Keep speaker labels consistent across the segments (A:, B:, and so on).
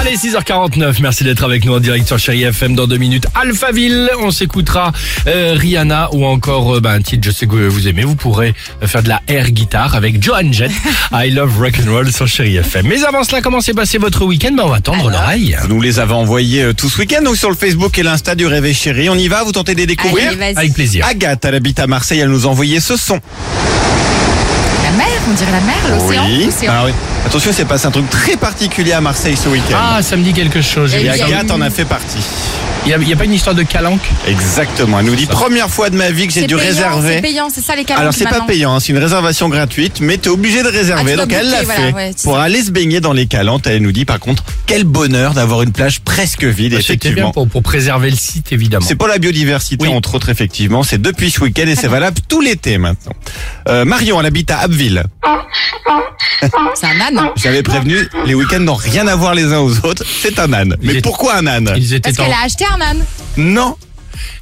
A: 6h49, merci d'être avec nous en direct sur Chéri FM dans deux minutes. Alphaville, on s'écoutera euh, Rihanna ou encore euh, ben, un titre, je sais que vous aimez, vous pourrez euh, faire de la air guitare avec Johan Jett. I love rock'n'roll sur Chéri FM. Mais avant cela, comment s'est passé votre week-end Ben, On va tendre l'oreille.
B: Vous Nous les avez envoyés euh, tout ce week-end, donc sur le Facebook et l'Insta du Réveil Chéri. On y va, vous tentez de les découvrir
C: Allez, vas-y.
A: Avec plaisir.
B: Agathe, elle habite à Marseille, elle nous a envoyé ce son.
C: La mer, on dirait la mer, l'océan. l'océan.
B: Ah oui. Attention, c'est passé un truc très particulier à Marseille ce week-end.
A: Ah, ça me dit quelque chose. j'ai
B: et
C: oui.
A: vu ça.
B: Agathe en a fait partie.
A: Il n'y a, il y a pas une histoire de calanque
B: Exactement. Elle nous dit première fois de ma vie que j'ai
C: C'est
B: dû
C: payant,
B: réserver.
C: C'est payant, c'est ça les calanques
B: Alors c'est pas
C: maintenant.
B: payant, hein, c'est une réservation gratuite, mais t'es obligé de réserver.
C: Ah, tu dois
B: donc elle l'a
C: booker, voilà,
B: fait
C: ouais, tu
B: pour aller se baigner dans les calantes. Elle nous dit par contre quel bonheur d'avoir une plage presque vide.
A: Bah, Ah, C'était bien
B: effectivement.
A: pour, pour préserver le site, évidemment.
B: C'est pour la biodiversité,
A: Oui.
B: entre autres, effectivement. C'est depuis ce week-end et c'est valable tout l'été maintenant. Euh, Marion, elle habite à Abbeville.
C: C'est un âne.
B: J'avais prévenu, les week-ends n'ont rien à voir les uns aux autres. C'est un âne.
A: Il
B: Mais
A: est-
B: pourquoi un âne
A: Ils étaient
C: Parce
A: en...
C: qu'elle a acheté un âne.
B: Non.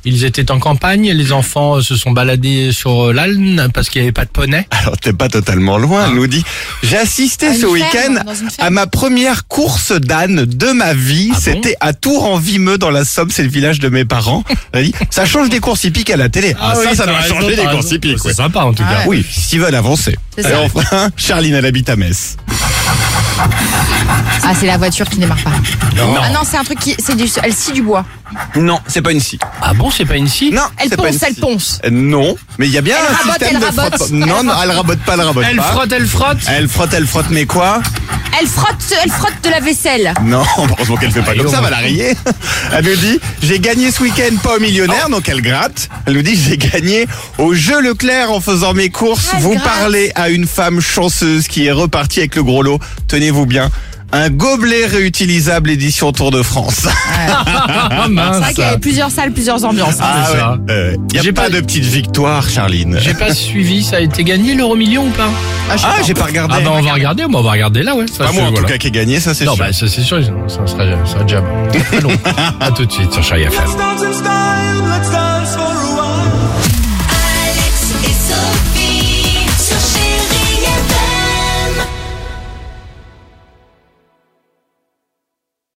A: Ils étaient en campagne, les enfants euh, se sont baladés sur euh, l'Alne parce qu'il n'y avait pas de poney.
B: Alors, t'es pas totalement loin, elle nous dit. J'ai assisté
C: À une
B: ce
C: ferme,
B: week-end
C: dans une ferme.
B: à ma première course d'âne de ma vie.
A: Ah bon
B: C'était à Tours-en-Vimeux, dans la Somme. C'est le village de mes parents. Elle dit, ça change des courses hippiques à la télé. Ah, ça, ça doit changer des courses hippiques.
A: C'est
B: ouais.
A: sympa en tout
C: Ah
A: cas.
C: ouais.
B: Oui, s'ils veulent avancer.
C: C'est
B: Et
C: ça.
B: enfin, Charline, elle habite à Metz.
C: Ah, c'est la voiture qui démarre pas.
A: Non.
C: Ah non, c'est un truc qui. C'est du. Elle scie du bois.
B: Non, c'est pas une scie.
A: Ah bon, c'est pas une scie
B: Non,
C: Elle
B: c'est pas
C: ponce,
B: une
C: elle
B: scie.
C: ponce.
B: Euh, Non, mais il y a bien
C: Elle
B: un
C: rabote,
B: système
C: elle
B: de
C: rabote.
B: frotte. Non, non, elle rabote pas, elle rabote
A: Elle
B: pas.
A: frotte, elle frotte
B: Elle frotte, elle frotte, mais quoi
C: Elle frotte, elle frotte de la vaisselle.
B: Non, heureusement qu'elle fait pas comme ça, va la rayer. Elle nous dit, j'ai gagné ce week-end pas au millionnaire, donc elle gratte. Elle nous dit, j'ai gagné au jeu Leclerc en faisant mes courses.
C: Ah, elle
B: vous
C: gratte.
B: parlez à une femme chanceuse qui est repartie avec le gros lot. Tenez-vous bien. Un gobelet réutilisable édition Tour de France.
A: Ah
C: C'est
A: mince
C: vrai qu'il y avait plusieurs salles, plusieurs ambiances. hein.
A: c'est ça.
B: Il n'y Euh, a
A: J'ai
B: pas,
A: pas-
B: de petite victoire, Charline.
A: J'ai pas suivi, ça a été gagné l'euro million ou pas
B: Ah, j'ai pas regardé.
A: Ah bah on va regarder, bah, on va regarder là ouais. Ça,
B: Pas
A: c'est-
B: moi en tout
A: voilà.
B: cas qui ai gagné, ça c'est
A: Non
B: sûr.
A: bah ça c'est sûr, ça sera, ça sera déjà très long. A tout de suite sur Chérie FM.
D: Let's dance in style. Let's dance for